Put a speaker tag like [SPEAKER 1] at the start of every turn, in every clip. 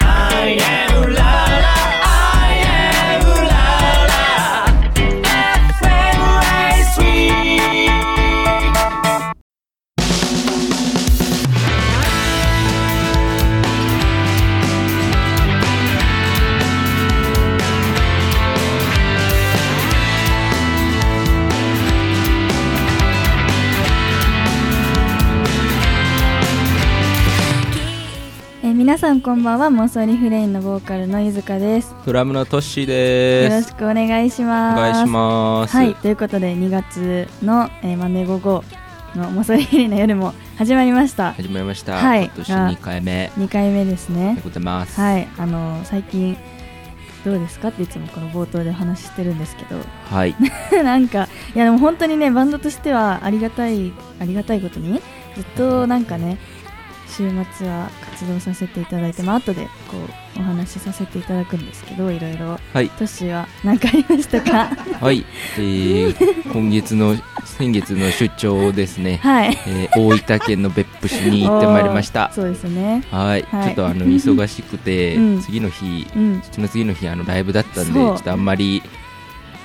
[SPEAKER 1] I am la la, I am la la. FM ライスウィーク
[SPEAKER 2] えー皆さんこんばんは妄想リフレインのボーカルのゆずかです
[SPEAKER 3] ドラムのトッシー
[SPEAKER 2] よ
[SPEAKER 3] で
[SPEAKER 2] ろ
[SPEAKER 3] す
[SPEAKER 2] し。くお願いし
[SPEAKER 3] お
[SPEAKER 2] ます
[SPEAKER 3] 願いします。
[SPEAKER 2] はいということで2月の、えー、マネ午後の妄想リフレインの夜も始まりました
[SPEAKER 3] 始まりました。
[SPEAKER 2] はい
[SPEAKER 3] 今年2回目
[SPEAKER 2] 2回目です
[SPEAKER 3] で
[SPEAKER 2] ね
[SPEAKER 3] ございます。はい。
[SPEAKER 2] はいあのー最近どうですかっていつもこの冒頭でお話ししてるんですけど なんかいやでも本当にねバンドとしてはありがたいありがたいことにずっとなんかね週末は活動させていただいて、まあ後でこうお話しさせていただくんですけどいろいろ
[SPEAKER 3] はい。
[SPEAKER 2] トシは何かありました か
[SPEAKER 3] はい。え ー、今月の、先月の出張ですね。
[SPEAKER 2] はい
[SPEAKER 3] えー大分県の別府市に行ってまいりまし
[SPEAKER 2] お
[SPEAKER 3] た
[SPEAKER 2] ー。そうですね
[SPEAKER 3] はい。ちょ
[SPEAKER 2] はい
[SPEAKER 3] っとあの、忙しくて、
[SPEAKER 2] うん
[SPEAKER 3] 次の日、
[SPEAKER 2] うん
[SPEAKER 3] その次の日、あの、ライブだったんで、ち
[SPEAKER 2] そう
[SPEAKER 3] ょっとあんまり、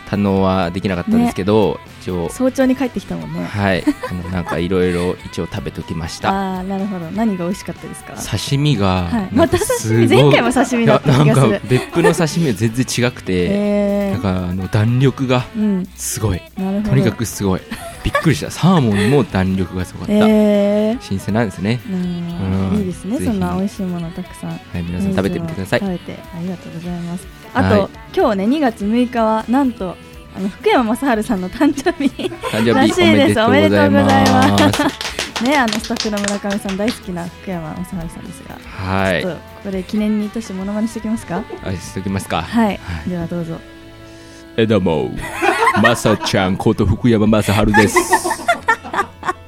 [SPEAKER 3] 堪能はできなかったんですけど、一応、
[SPEAKER 2] 早朝に帰ってきたもんね
[SPEAKER 3] はい。あの、なんかいろいろ一応食べときました。
[SPEAKER 2] ああなるほど何が美味しかったですか
[SPEAKER 3] 刺身が、
[SPEAKER 2] はい
[SPEAKER 3] な
[SPEAKER 2] ま
[SPEAKER 3] んか
[SPEAKER 2] た
[SPEAKER 3] す
[SPEAKER 2] 刺身
[SPEAKER 3] ごい
[SPEAKER 2] 前回も刺身だった気がす
[SPEAKER 3] いやな
[SPEAKER 2] る
[SPEAKER 3] んか別府の刺身は全然違くて、
[SPEAKER 2] え
[SPEAKER 3] な
[SPEAKER 2] ー
[SPEAKER 3] んかあの弾力が
[SPEAKER 2] うん
[SPEAKER 3] すごい
[SPEAKER 2] なるほど
[SPEAKER 3] とにかくすごいびっくりしたサーモンも弾力がすごかった、
[SPEAKER 2] えー
[SPEAKER 3] 新鮮なんですね
[SPEAKER 2] うん
[SPEAKER 3] うん
[SPEAKER 2] いいですね
[SPEAKER 3] ぜひ
[SPEAKER 2] そんな美味しいものたくさん
[SPEAKER 3] はい皆さん食べてみてください
[SPEAKER 2] 食べてありがとうございますあと、
[SPEAKER 3] はい
[SPEAKER 2] 今日ね2月6日はなんとあの福山雅治さんの誕生日
[SPEAKER 3] 誕生
[SPEAKER 2] ら
[SPEAKER 3] 日
[SPEAKER 2] しいです
[SPEAKER 3] おめでと
[SPEAKER 2] おめでと
[SPEAKER 3] うございます
[SPEAKER 2] うございまねあのスタッフの村上さん大好きな福山雅治さんですが
[SPEAKER 3] はい
[SPEAKER 2] ちょっとここで記念にとしてモノマネしてきますか
[SPEAKER 3] あしておきますか、
[SPEAKER 2] はい
[SPEAKER 3] は
[SPEAKER 2] ではどうぞ
[SPEAKER 3] えどうもまさちゃんこと福山雅治です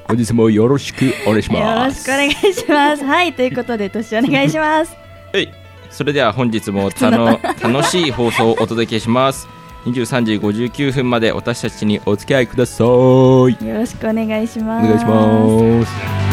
[SPEAKER 3] 本日もよろしくお願いし
[SPEAKER 2] よ
[SPEAKER 3] ま
[SPEAKER 2] ろしく
[SPEAKER 3] す
[SPEAKER 2] お願いしますはいということでとしお願いします
[SPEAKER 3] はい、それでは本日もた の楽しい放送をお届けします。23時59分まで私たちにお付き合いください。お
[SPEAKER 2] よろしくお願いします
[SPEAKER 3] 願いします。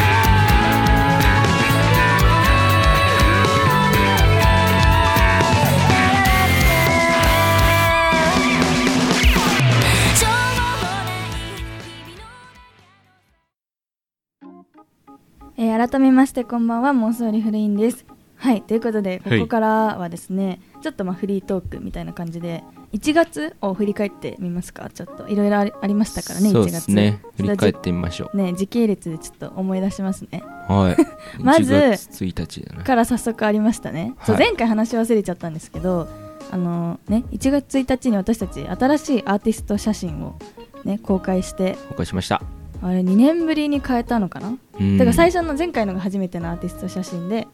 [SPEAKER 2] えー改めましてこんばんは妄想リフレインですはいということでこ
[SPEAKER 3] はい
[SPEAKER 2] こからはですね、ちょっとまあフリートークみたいな感じで1月を振り返ってみますかちょっといろいろありありましたからね1月
[SPEAKER 3] そうですね。振り返っ
[SPEAKER 2] ちょっと
[SPEAKER 3] てみましょ
[SPEAKER 2] じね時系列でちょっと思い出しますね
[SPEAKER 3] う。はい。
[SPEAKER 2] まず
[SPEAKER 3] 1月1日だね。
[SPEAKER 2] から早速ありましたね、そう
[SPEAKER 3] はい
[SPEAKER 2] 前回話し忘れちゃったんですけどあのね1月1日に私たち新しいアーティスト写真をね公開して
[SPEAKER 3] 公開しました。
[SPEAKER 2] あれ2年ぶりに変えたのかな、
[SPEAKER 3] うん
[SPEAKER 2] だから最初の前回のが初めてのアーティスト写真で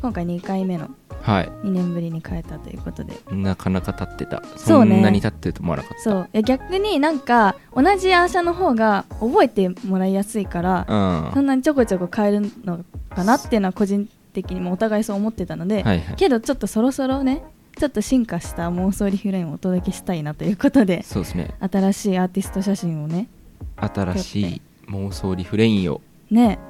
[SPEAKER 2] 今回2回目の
[SPEAKER 3] はい。
[SPEAKER 2] 2年ぶりに変えたということで
[SPEAKER 3] なかなか立ってた。
[SPEAKER 2] そ
[SPEAKER 3] そう
[SPEAKER 2] ね
[SPEAKER 3] んなに立ってると思わなかった。
[SPEAKER 2] そういや逆になんか同じアーシャの方が覚えてもらいやすいから、
[SPEAKER 3] うん。
[SPEAKER 2] そ
[SPEAKER 3] は
[SPEAKER 2] んなにちょこちょこ変えるのかなっていうのは個人的にもお互いそう思ってたので、
[SPEAKER 3] いはい。
[SPEAKER 2] けどちょっとそろそろねちょっと進化した妄想リフレインをお届けしたいなということで
[SPEAKER 3] そうですね。
[SPEAKER 2] 新しいアーティスト写真をね
[SPEAKER 3] 新しい妄想リフレインを。
[SPEAKER 2] ね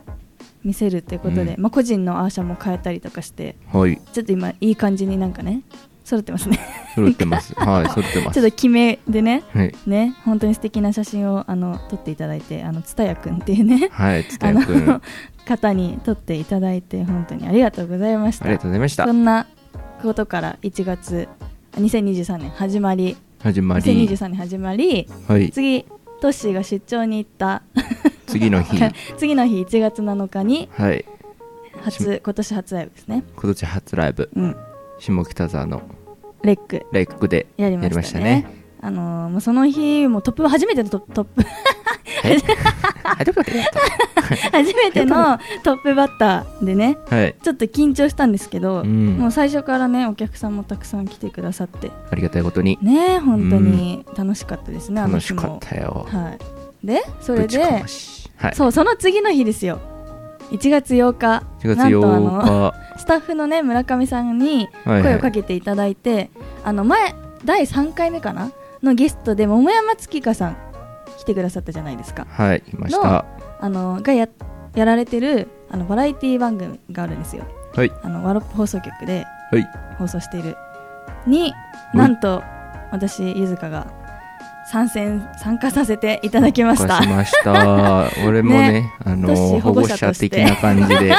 [SPEAKER 2] 見せるということで、
[SPEAKER 3] うん
[SPEAKER 2] まあ、個人のアーシャも変えたりとかして
[SPEAKER 3] はい。
[SPEAKER 2] ちょっと今いい感じになんかね揃ってますね
[SPEAKER 3] 揃ってます。はい。揃って ま
[SPEAKER 2] ち
[SPEAKER 3] す。
[SPEAKER 2] ょっと決めでね
[SPEAKER 3] はい。
[SPEAKER 2] ね本当に素敵な写真をあの撮っていただいてあの蔦谷くんっていうね
[SPEAKER 3] はい。つた
[SPEAKER 2] あ
[SPEAKER 3] やくん。
[SPEAKER 2] の方に撮っていただいて本当にありがとうございまし
[SPEAKER 3] あ
[SPEAKER 2] た
[SPEAKER 3] りがとうございました
[SPEAKER 2] そ。んなことから1月2023年始まり
[SPEAKER 3] 始まり。
[SPEAKER 2] 2023年始まり
[SPEAKER 3] はい。
[SPEAKER 2] 次トッシーが出張に行った
[SPEAKER 3] 次の日。
[SPEAKER 2] 次の日1月7日に
[SPEAKER 3] はい。
[SPEAKER 2] 初今年初ライブですね
[SPEAKER 3] 今年初ライブ、
[SPEAKER 2] うん
[SPEAKER 3] 下北沢の
[SPEAKER 2] レック
[SPEAKER 3] レイクで
[SPEAKER 2] や
[SPEAKER 3] や
[SPEAKER 2] り
[SPEAKER 3] り
[SPEAKER 2] ま
[SPEAKER 3] ま
[SPEAKER 2] したね
[SPEAKER 3] したね。
[SPEAKER 2] あのーもうその日もうトップ初めてのトトップ
[SPEAKER 3] え あどこでやった
[SPEAKER 2] 初め てのトップバッターでね
[SPEAKER 3] はい。
[SPEAKER 2] ちょっと緊張したんですけど、
[SPEAKER 3] うん
[SPEAKER 2] もう最初からねお客さんもたくさん来てくださって
[SPEAKER 3] ありがたいことに
[SPEAKER 2] ねえ本当に楽しかったですね、あの
[SPEAKER 3] 楽
[SPEAKER 2] 日
[SPEAKER 3] し
[SPEAKER 2] も
[SPEAKER 3] かったよ。
[SPEAKER 2] はい、でそれ
[SPEAKER 3] ぶち
[SPEAKER 2] で、
[SPEAKER 3] かまし。はい。
[SPEAKER 2] そうその次の日ですよ1月8日
[SPEAKER 3] 1月
[SPEAKER 2] なんとあの
[SPEAKER 3] 8日。
[SPEAKER 2] スタッフのね村上さんに
[SPEAKER 3] はい
[SPEAKER 2] 声をか
[SPEAKER 3] はい。
[SPEAKER 2] けていただいて、あの前第3回目かなのゲストで桃山月香さん来てくださったじゃないですか
[SPEAKER 3] はい、いました。
[SPEAKER 2] あのがややられてるあのバラエティ番組があるんですよ
[SPEAKER 3] はい
[SPEAKER 2] あのワロップ放送局で
[SPEAKER 3] はい
[SPEAKER 2] 放送しているに
[SPEAKER 3] うん
[SPEAKER 2] なんと私ゆずかが参戦参加させていただきました
[SPEAKER 3] しました。 俺もね、
[SPEAKER 2] ね
[SPEAKER 3] あ
[SPEAKER 2] トッシ
[SPEAKER 3] の
[SPEAKER 2] ー
[SPEAKER 3] 保
[SPEAKER 2] 保
[SPEAKER 3] 護
[SPEAKER 2] 護
[SPEAKER 3] 者
[SPEAKER 2] 者として
[SPEAKER 3] 的な感 じで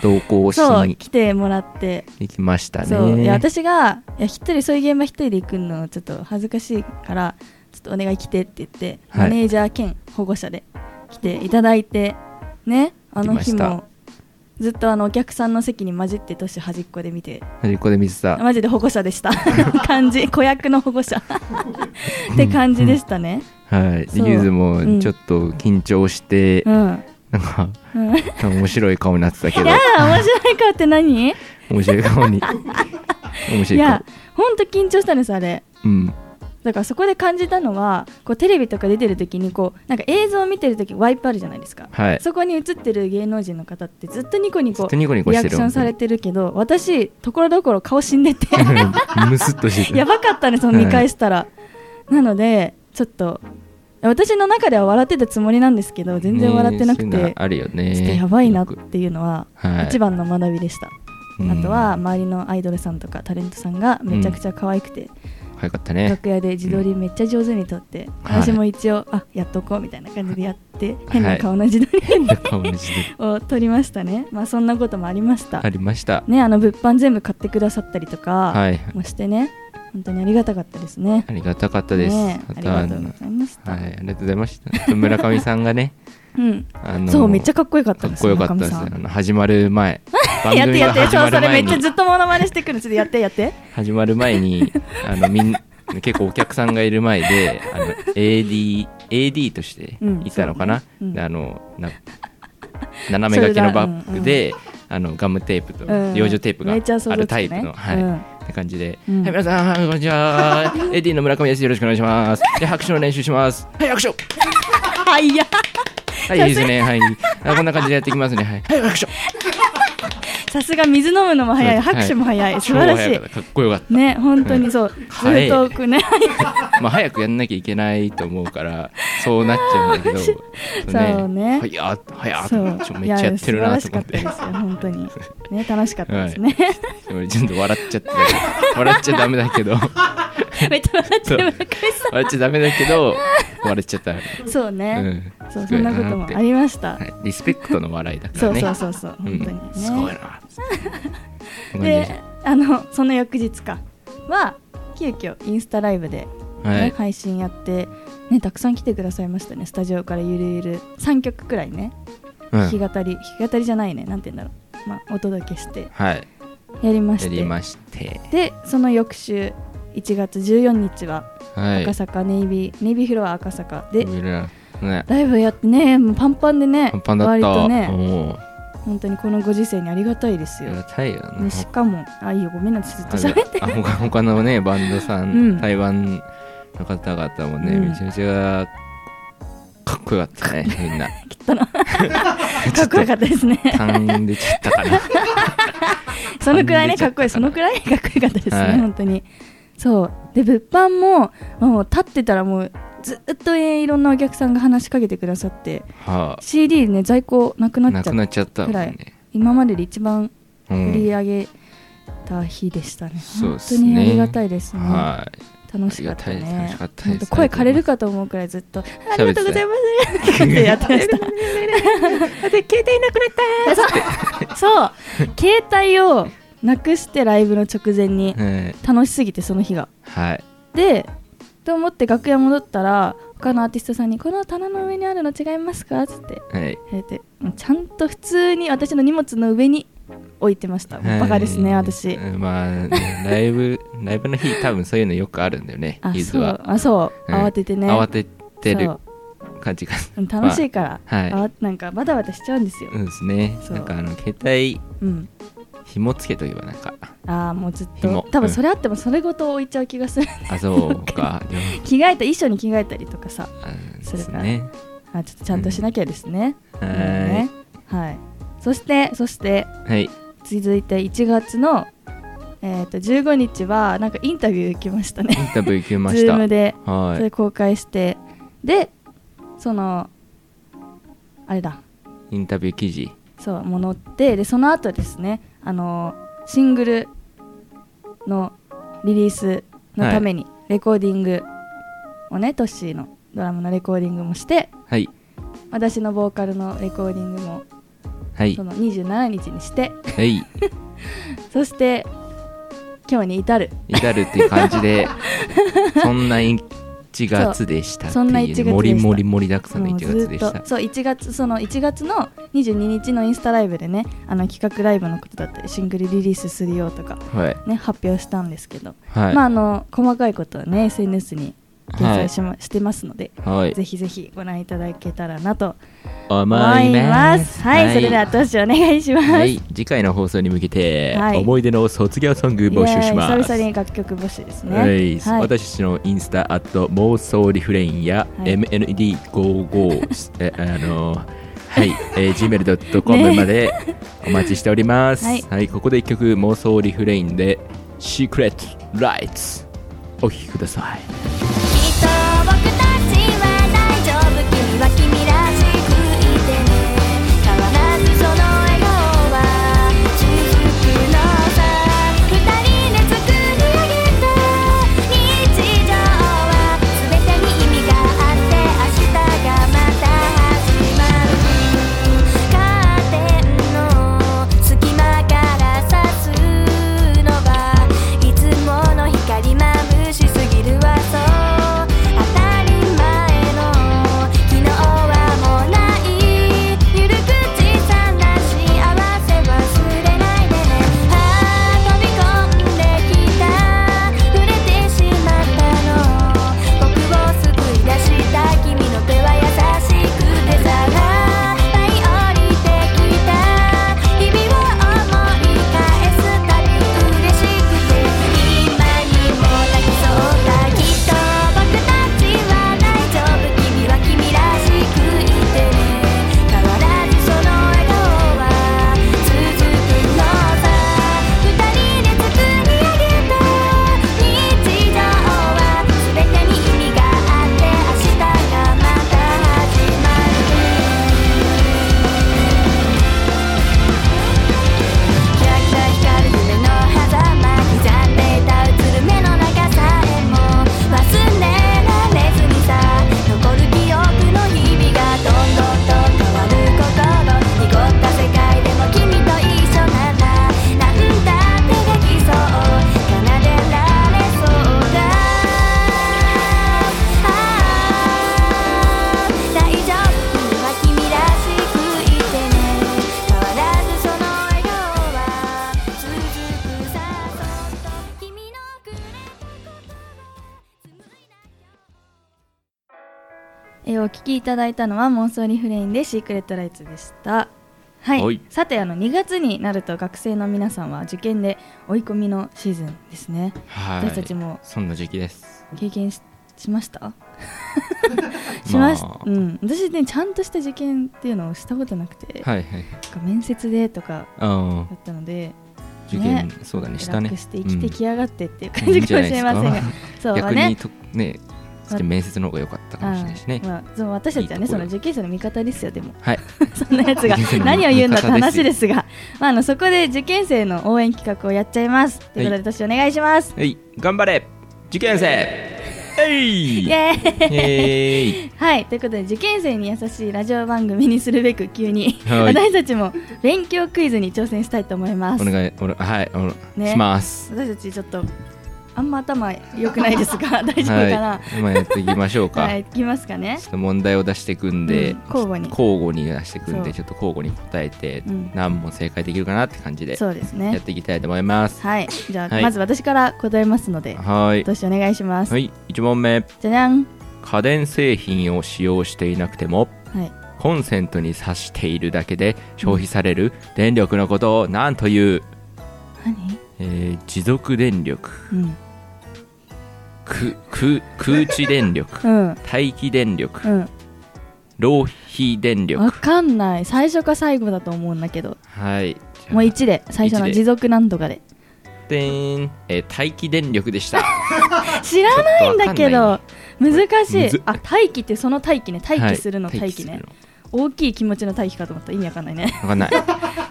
[SPEAKER 3] 同行し
[SPEAKER 2] そう
[SPEAKER 3] に
[SPEAKER 2] 来てもらって
[SPEAKER 3] 行きましたね。
[SPEAKER 2] そういや私がいや一人そういう現場一人で行くのちょっと恥ずかしいからちょっとお願い来てって言って、
[SPEAKER 3] はい
[SPEAKER 2] マネージャー兼保護者で来ていただいてねあの日
[SPEAKER 3] 来まし
[SPEAKER 2] もずっとあのお客さんの席に混じって年端っこで見て
[SPEAKER 3] 端っこで見てた。
[SPEAKER 2] マジで保護者でした 感じ子役の保護者 って感じでしたね
[SPEAKER 3] はい。で
[SPEAKER 2] そう
[SPEAKER 3] ゆず
[SPEAKER 2] う
[SPEAKER 3] も
[SPEAKER 2] ん
[SPEAKER 3] ちょっと緊張して、
[SPEAKER 2] うん、
[SPEAKER 3] なんか
[SPEAKER 2] うん、や
[SPEAKER 3] 面白い顔になってた けど
[SPEAKER 2] だ、面白い顔って何
[SPEAKER 3] 面白い顔に面
[SPEAKER 2] い
[SPEAKER 3] 白い顔
[SPEAKER 2] や。ほんと緊張したんですあれ
[SPEAKER 3] うん。
[SPEAKER 2] だからそこで感じたのはこうテレビとか出てる時にこうなんか映像を見てる時ワイプあるじゃないですか、
[SPEAKER 3] はい。
[SPEAKER 2] そこに映ってる芸能人の方ってずっとニコニ
[SPEAKER 3] ず
[SPEAKER 2] コ
[SPEAKER 3] っとニコニコ
[SPEAKER 2] リ
[SPEAKER 3] し
[SPEAKER 2] ア
[SPEAKER 3] て
[SPEAKER 2] ク
[SPEAKER 3] る
[SPEAKER 2] ションされてるけど私ところどころ顔死んで て
[SPEAKER 3] うんむすっとして
[SPEAKER 2] や
[SPEAKER 3] た。
[SPEAKER 2] ばかったんですもう見返したら、なのでちょっと私の中では笑ってたつもりなんですけど全然笑ってなくて、
[SPEAKER 3] ねそういうのあるよね。
[SPEAKER 2] ちょっとやばいなっ
[SPEAKER 3] よく
[SPEAKER 2] ていうのは
[SPEAKER 3] はい
[SPEAKER 2] 一番の学びでした、
[SPEAKER 3] うん
[SPEAKER 2] あとは周りのアイドルさんとかタレントさんがめちゃくちゃ可愛くて、
[SPEAKER 3] 早かったね。
[SPEAKER 2] 楽屋で自撮りめっちゃ上手に撮って、
[SPEAKER 3] はい
[SPEAKER 2] 私も一応あやっとこうみたいな感じでやって変
[SPEAKER 3] は
[SPEAKER 2] ない顔の自撮り
[SPEAKER 3] 顔の字 で
[SPEAKER 2] を撮りました ねまあそんなこともありました、
[SPEAKER 3] ありました。
[SPEAKER 2] ねあの物販全部買ってくださったりとか
[SPEAKER 3] はい。
[SPEAKER 2] もしてね本当にありがたかったですね
[SPEAKER 3] ありがたかったです。
[SPEAKER 2] ね
[SPEAKER 3] あ
[SPEAKER 2] あり
[SPEAKER 3] とは
[SPEAKER 2] がとうございました、
[SPEAKER 3] はい、ありがとうございました。あと村上さんが ね、
[SPEAKER 2] うん
[SPEAKER 3] あの
[SPEAKER 2] そうめっちゃ
[SPEAKER 3] か
[SPEAKER 2] かっこよかった
[SPEAKER 3] っ
[SPEAKER 2] です
[SPEAKER 3] こよかったですよ。
[SPEAKER 2] 村上
[SPEAKER 3] あ
[SPEAKER 2] さん
[SPEAKER 3] の始まる前、番
[SPEAKER 2] やって
[SPEAKER 3] 組
[SPEAKER 2] や
[SPEAKER 3] が
[SPEAKER 2] って
[SPEAKER 3] 始
[SPEAKER 2] そう
[SPEAKER 3] ま
[SPEAKER 2] そ
[SPEAKER 3] る
[SPEAKER 2] れめ
[SPEAKER 3] 前
[SPEAKER 2] っちゃ
[SPEAKER 3] に
[SPEAKER 2] ずっとモノマネしてくるちょっとやってや って
[SPEAKER 3] 始まる 前に、あのみん結構お客さんがいる前で、あの AD AD として
[SPEAKER 2] うん
[SPEAKER 3] いたのかな。
[SPEAKER 2] そううん
[SPEAKER 3] であのな斜め掛けのバッグ
[SPEAKER 2] それ
[SPEAKER 3] で、あのガムテープと
[SPEAKER 2] うん
[SPEAKER 3] 養生テープが
[SPEAKER 2] めっちゃ想像
[SPEAKER 3] あるタイプ
[SPEAKER 2] つく
[SPEAKER 3] の、
[SPEAKER 2] ね
[SPEAKER 3] はい。
[SPEAKER 2] うん
[SPEAKER 3] って感じで、
[SPEAKER 2] うん
[SPEAKER 3] はい皆さんこんに ちは AD の村上ですよろしくお願いしますで拍手の練習しますはい拍手
[SPEAKER 2] はいや
[SPEAKER 3] はい、いいですね。はい。あこんな感じでやっていきますね。はい。はい、拍手。
[SPEAKER 2] さすが水飲むのも早
[SPEAKER 3] はいい
[SPEAKER 2] 拍手も早
[SPEAKER 3] は い
[SPEAKER 2] 素晴らし
[SPEAKER 3] かったかっこよかっ
[SPEAKER 2] いね本当にそうず
[SPEAKER 3] はい
[SPEAKER 2] っとこうね
[SPEAKER 3] た。 まあ、早くやんなきゃいけないと思うから、そうなっちゃうんだけ ど。
[SPEAKER 2] そうね
[SPEAKER 3] はい、あ、はい、あ、ち
[SPEAKER 2] そ
[SPEAKER 3] ょ
[SPEAKER 2] う
[SPEAKER 3] っとめっちゃやってるなと思っ
[SPEAKER 2] いや。素晴らしかっ
[SPEAKER 3] て
[SPEAKER 2] たですよ本当にね楽しかったですね、
[SPEAKER 3] 俺ちょっと笑っちゃってたけど笑っちゃダメだ けど、笑
[SPEAKER 2] めっちゃ笑っちゃう村上
[SPEAKER 3] っちゃダメだけど、笑っちゃった。
[SPEAKER 2] さんそうね、
[SPEAKER 3] うん
[SPEAKER 2] そう
[SPEAKER 3] す
[SPEAKER 2] そ
[SPEAKER 3] ごい
[SPEAKER 2] ん
[SPEAKER 3] な
[SPEAKER 2] な
[SPEAKER 3] ー
[SPEAKER 2] こともありました、
[SPEAKER 3] はい、リスペクトの笑いだか
[SPEAKER 2] そ
[SPEAKER 3] ら
[SPEAKER 2] う
[SPEAKER 3] ね。
[SPEAKER 2] そうそうそう本当にね、
[SPEAKER 3] ん、すごいな。こんな感じでし
[SPEAKER 2] であのその翌日かは急遽インスタライブで、
[SPEAKER 3] た
[SPEAKER 2] ね
[SPEAKER 3] はい。
[SPEAKER 2] 配信やって、ね、たくさん来てくださいましたねスタジオからゆるゆる3曲くらいね
[SPEAKER 3] うん
[SPEAKER 2] 弾き語り弾き語りじゃないねなんて言うんだろう、まあ、お届けして
[SPEAKER 3] はい。
[SPEAKER 2] やりまし
[SPEAKER 3] や
[SPEAKER 2] て
[SPEAKER 3] りまして。
[SPEAKER 2] でその翌週1月14日は
[SPEAKER 3] はい
[SPEAKER 2] 赤。坂ネイビー、ネイビーフロア赤坂で
[SPEAKER 3] いろいろね。
[SPEAKER 2] ライブやってねもうパンパンでね
[SPEAKER 3] パンパンだった。
[SPEAKER 2] 割とね
[SPEAKER 3] おー
[SPEAKER 2] 本当にこのご時世にありがたいです
[SPEAKER 3] あ
[SPEAKER 2] よ、
[SPEAKER 3] りがたいよね
[SPEAKER 2] ね、しかもあいいよごめんなさいずっと
[SPEAKER 3] あ
[SPEAKER 2] 喋って
[SPEAKER 3] あ他他 のねバンドさん、
[SPEAKER 2] うん
[SPEAKER 3] 台湾の方々もね、
[SPEAKER 2] うん
[SPEAKER 3] めちゃめちゃかっこよかっ たねみんな
[SPEAKER 2] きった なかっこよかったですね
[SPEAKER 3] 単でちゃった かな
[SPEAKER 2] そのくらいね
[SPEAKER 3] 噛
[SPEAKER 2] か
[SPEAKER 3] ん
[SPEAKER 2] っ こ
[SPEAKER 3] で
[SPEAKER 2] い
[SPEAKER 3] ち
[SPEAKER 2] いそ
[SPEAKER 3] ゃったから
[SPEAKER 2] のくらいかっこよかったですね、
[SPEAKER 3] はい
[SPEAKER 2] 本当にそうで物販ももう立ってたらもうずっとえーいろんなお客さんが話しかけてくださって
[SPEAKER 3] は
[SPEAKER 2] CD ね在庫なく
[SPEAKER 3] あ
[SPEAKER 2] な
[SPEAKER 3] な
[SPEAKER 2] っちゃ
[SPEAKER 3] く
[SPEAKER 2] っ
[SPEAKER 3] な
[SPEAKER 2] て
[SPEAKER 3] っちゃったもんね、
[SPEAKER 2] 今までで一番
[SPEAKER 3] う
[SPEAKER 2] 売り
[SPEAKER 3] ん、
[SPEAKER 2] 上げた日でしたね、
[SPEAKER 3] そうっ
[SPEAKER 2] 本当
[SPEAKER 3] すね
[SPEAKER 2] にありがたいですね、
[SPEAKER 3] はい
[SPEAKER 2] 楽しかった
[SPEAKER 3] ありがたいです楽し
[SPEAKER 2] ね
[SPEAKER 3] かったです
[SPEAKER 2] 本当声枯れるかと思うくらいずっ とありがとうございますってやってま したで携帯なくなった そうそう携帯をなくしてライブの直前に
[SPEAKER 3] はい
[SPEAKER 2] 楽しすぎてその日が
[SPEAKER 3] はい
[SPEAKER 2] でと思って楽屋戻ったら他のアーティストさんに「この棚の上にあるの違いますか?」っつって
[SPEAKER 3] はい
[SPEAKER 2] 言われてもうちゃんと普通に私の荷物の上に置いてましたもうバカですね
[SPEAKER 3] はい
[SPEAKER 2] 私
[SPEAKER 3] うんまあねライブ ライブの日多分そういうのよくあるんだよね
[SPEAKER 2] あ
[SPEAKER 3] ゆず
[SPEAKER 2] そう
[SPEAKER 3] は
[SPEAKER 2] あそう
[SPEAKER 3] うん
[SPEAKER 2] 慌ててね
[SPEAKER 3] 慌てて
[SPEAKER 2] そ
[SPEAKER 3] る
[SPEAKER 2] う
[SPEAKER 3] 感じが
[SPEAKER 2] うん楽しいから、
[SPEAKER 3] まあはい
[SPEAKER 2] あなんかバタバタしちゃうんですよ、
[SPEAKER 3] うんですね
[SPEAKER 2] そう
[SPEAKER 3] なんかあの携帯
[SPEAKER 2] うん、
[SPEAKER 3] 紐つけとけばなんか
[SPEAKER 2] ああもうずっ
[SPEAKER 3] 紐
[SPEAKER 2] と多分それあってもそれごと置いちゃう気がする
[SPEAKER 3] あそうかでも
[SPEAKER 2] 着替えた衣装に着替えたりとかさ
[SPEAKER 3] あ
[SPEAKER 2] それ
[SPEAKER 3] です
[SPEAKER 2] から
[SPEAKER 3] ね
[SPEAKER 2] あちょっとちゃんとしなきゃですね、
[SPEAKER 3] は
[SPEAKER 2] うん
[SPEAKER 3] ーい
[SPEAKER 2] ねはいそしてそして
[SPEAKER 3] はい
[SPEAKER 2] 続いて1月の、えー、と15日はなんかインタビュー行きました
[SPEAKER 3] イ
[SPEAKER 2] ね
[SPEAKER 3] ンタビュー行きま し
[SPEAKER 2] ズ
[SPEAKER 3] た
[SPEAKER 2] ームでそ
[SPEAKER 3] は
[SPEAKER 2] れ公開して、でそのあれだ
[SPEAKER 3] いインタビュー記事
[SPEAKER 2] そうもう乗ってでその後ですねあのシングルのリリースのためにレコーディングをね、トッシーのドラムのレコーディングもして
[SPEAKER 3] はい
[SPEAKER 2] 私のボーカルのレコーディングも
[SPEAKER 3] はい
[SPEAKER 2] その27日にして
[SPEAKER 3] はい
[SPEAKER 2] そして今日に至る
[SPEAKER 3] 至るっていう感 じでそんな1月でしたって
[SPEAKER 2] そうそんな1
[SPEAKER 3] い
[SPEAKER 2] 月でし
[SPEAKER 3] う
[SPEAKER 2] た
[SPEAKER 3] もりもり盛りだくさんの
[SPEAKER 2] も
[SPEAKER 3] 1
[SPEAKER 2] うず
[SPEAKER 3] 月
[SPEAKER 2] っ
[SPEAKER 3] で
[SPEAKER 2] と
[SPEAKER 3] した
[SPEAKER 2] そう1月その1月の22日のインスタライブでねあの企画ライブのことだったりシングルリリースするよとか、
[SPEAKER 3] はい
[SPEAKER 2] ね、発表したんですけど、
[SPEAKER 3] はい、
[SPEAKER 2] まああの細かいことはね SNS に掲載し,、ま、してますので、
[SPEAKER 3] はい
[SPEAKER 2] ぜひぜひご覧いただけたらなと思
[SPEAKER 3] 思
[SPEAKER 2] い
[SPEAKER 3] い
[SPEAKER 2] ま
[SPEAKER 3] ますす
[SPEAKER 2] はい、それでは投資お願いします、
[SPEAKER 3] はい、次回の放送に向けて、
[SPEAKER 2] はい
[SPEAKER 3] 思い出の卒業ソング
[SPEAKER 2] イエー
[SPEAKER 3] 募
[SPEAKER 2] イ
[SPEAKER 3] 集します。
[SPEAKER 2] 久々に楽曲募集ですね
[SPEAKER 3] はい、
[SPEAKER 2] はい
[SPEAKER 3] 私たちのインスタアット妄想リフレインや、
[SPEAKER 2] はい
[SPEAKER 3] MND55 えあのはい、えー、gmail.com までお待ちしております、
[SPEAKER 2] は
[SPEAKER 3] はいい、ここで一曲妄想リフレインで Secret Lights お聴きください
[SPEAKER 4] きっと僕たちは大丈夫君は君らしくいてね変わらずその笑顔は祝福のさ二人で作り上げた日常は全てに意味があって明日がまた始まるカーテンの隙間からさすのはいつもの光まぶしすぎるわそう当たり前の昨日はもうないゆるく小さな幸せ忘れないでねあー飛び込んできた触れてしまったの僕を救い出した君の手は優しくてさ舞い降りてきた日々を思い返すたび嬉しくて今にも泣きそうだきっと僕たちは大丈夫君は君らしくいてね変わらずその笑顔は続くのさ二人で作り上げた日常は全てに意味があって明日がまた始まるキラキラ光る夢の狭間刻んでいた映る目の中さえも忘れられずにさ残る記憶の日々がどんどんと変わる心濁った世界でも君と一緒ならなんだってできそう奏でられそうだ「大丈夫君は君らしくいてね」「変わらずその笑顔は続くさそっと君のくれた言葉紡いだ
[SPEAKER 2] えーお聴きいただいたのは妄想リフレインでシークレットライツでしたはい、
[SPEAKER 3] はい
[SPEAKER 2] さてあの2月になると学生の皆さんは受験で追い込みのシーズンですね
[SPEAKER 3] はい
[SPEAKER 2] 私たちも
[SPEAKER 3] そんな時期です
[SPEAKER 2] 経験ししました しました、
[SPEAKER 3] まあ
[SPEAKER 2] うん私ねちゃんとした受験っていうのをしたことなくて、
[SPEAKER 3] はいはい
[SPEAKER 2] なんか面接でとか
[SPEAKER 3] あ
[SPEAKER 2] だったので
[SPEAKER 3] ー受験、
[SPEAKER 2] ね
[SPEAKER 3] そうだねしたね
[SPEAKER 2] 楽して生きてき
[SPEAKER 3] うん
[SPEAKER 2] やがってっていう感じかもしれませんが、
[SPEAKER 3] いいんじゃない
[SPEAKER 2] そうまあ
[SPEAKER 3] 逆
[SPEAKER 2] ね
[SPEAKER 3] にとねそして面接の方が良かったかもしれないしね、
[SPEAKER 2] うんまあ、そう私たちはね
[SPEAKER 3] いいとこ
[SPEAKER 2] そ
[SPEAKER 3] ろ
[SPEAKER 2] の受験生の味方ですよでも
[SPEAKER 3] はい
[SPEAKER 2] そんなやつが
[SPEAKER 3] 受験生の
[SPEAKER 2] 何を言うんだって
[SPEAKER 3] 味方です
[SPEAKER 2] 話
[SPEAKER 3] よ
[SPEAKER 2] ですが、まあ、あのそこで受験生の応援企画をやっちゃいますということで、私お願いします
[SPEAKER 3] はい、頑張れ受験生えい
[SPEAKER 2] イエーイ
[SPEAKER 3] えい
[SPEAKER 2] はいということで受験生に優しいラジオ番組にするべく急に、
[SPEAKER 3] はい
[SPEAKER 2] 私たちも勉強クイズに挑戦したいと思います
[SPEAKER 3] お願いお願いはいお願い
[SPEAKER 2] ね
[SPEAKER 3] します
[SPEAKER 2] 私たちちょっとあんま頭良くないです が大丈夫かな
[SPEAKER 3] はい今やっていきましょうか、
[SPEAKER 2] はい、いきますかね
[SPEAKER 3] ちょっと問題を出していくんで、
[SPEAKER 2] うん交互に
[SPEAKER 3] 交互に出していくん
[SPEAKER 2] そう
[SPEAKER 3] でちょっと交互に答えて、
[SPEAKER 2] うん
[SPEAKER 3] 何問正解できるかなって感じで
[SPEAKER 2] そうです
[SPEAKER 3] やっ
[SPEAKER 2] ね
[SPEAKER 3] ていきたいと思います
[SPEAKER 2] はいじゃあ、
[SPEAKER 3] はい
[SPEAKER 2] まず私から答えますので
[SPEAKER 3] はい
[SPEAKER 2] どうしお願いします、
[SPEAKER 3] はい1問目
[SPEAKER 2] じゃじゃん
[SPEAKER 3] 家電製品を使用していなくても
[SPEAKER 2] はい
[SPEAKER 3] コンセントに挿しているだけで消費される電力のことを何という、
[SPEAKER 2] 何
[SPEAKER 3] えー持続電力
[SPEAKER 2] うん
[SPEAKER 3] くく空地電力
[SPEAKER 2] うん
[SPEAKER 3] 待機電力
[SPEAKER 2] うん
[SPEAKER 3] 浪費電力
[SPEAKER 2] わかんない最初か最後だと思うんだけど
[SPEAKER 3] はい
[SPEAKER 2] もう
[SPEAKER 3] 一
[SPEAKER 2] 1で最初の
[SPEAKER 3] 一で
[SPEAKER 2] 持続なんとかで
[SPEAKER 3] 点、えー待機電力でした
[SPEAKER 2] 知らないんだけ
[SPEAKER 3] ちょっとわ
[SPEAKER 2] ど難し
[SPEAKER 3] む
[SPEAKER 2] い
[SPEAKER 3] ず
[SPEAKER 2] あ待機ってその待機ね待
[SPEAKER 3] は
[SPEAKER 2] 機
[SPEAKER 3] い
[SPEAKER 2] するの待機
[SPEAKER 3] す
[SPEAKER 2] ね
[SPEAKER 3] るの
[SPEAKER 2] 大きい気持ちの対比かと思った意味わかん ないね
[SPEAKER 3] わかんない。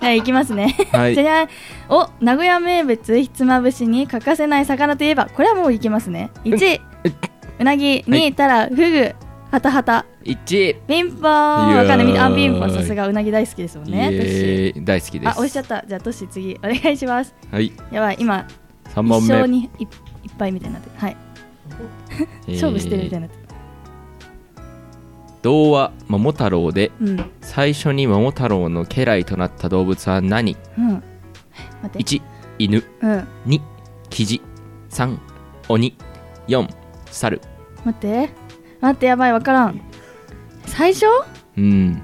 [SPEAKER 2] はい行きますね
[SPEAKER 3] はい
[SPEAKER 2] じ。ゃあお名古屋名物ひつまぶしに欠かせない魚といえばこれはもういきますね1うなぎ
[SPEAKER 3] は
[SPEAKER 2] 2たらフグはたはた
[SPEAKER 3] 一。
[SPEAKER 2] ピンポーン
[SPEAKER 3] いやー
[SPEAKER 2] わかんないみんなあピンポンさすがうなぎ大好きですもん
[SPEAKER 3] イ
[SPEAKER 2] ねトシ
[SPEAKER 3] エーイ大好きです。
[SPEAKER 2] あ押しちゃったじゃあトシ次お願いします
[SPEAKER 3] はい。
[SPEAKER 2] やばい今
[SPEAKER 3] 三
[SPEAKER 2] 一
[SPEAKER 3] 番目
[SPEAKER 2] 生。にいいっぱいみたいになってるはい
[SPEAKER 3] えー
[SPEAKER 2] 勝負してるみたいになってる
[SPEAKER 3] 童話桃太郎で
[SPEAKER 2] うん
[SPEAKER 3] 最初に桃太郎の家来となった動物は何？
[SPEAKER 2] うん待って
[SPEAKER 3] 一犬、
[SPEAKER 2] うん
[SPEAKER 3] 二キジ、三鬼、四猿。
[SPEAKER 2] 待って待ってやばいわからん最初
[SPEAKER 3] うん。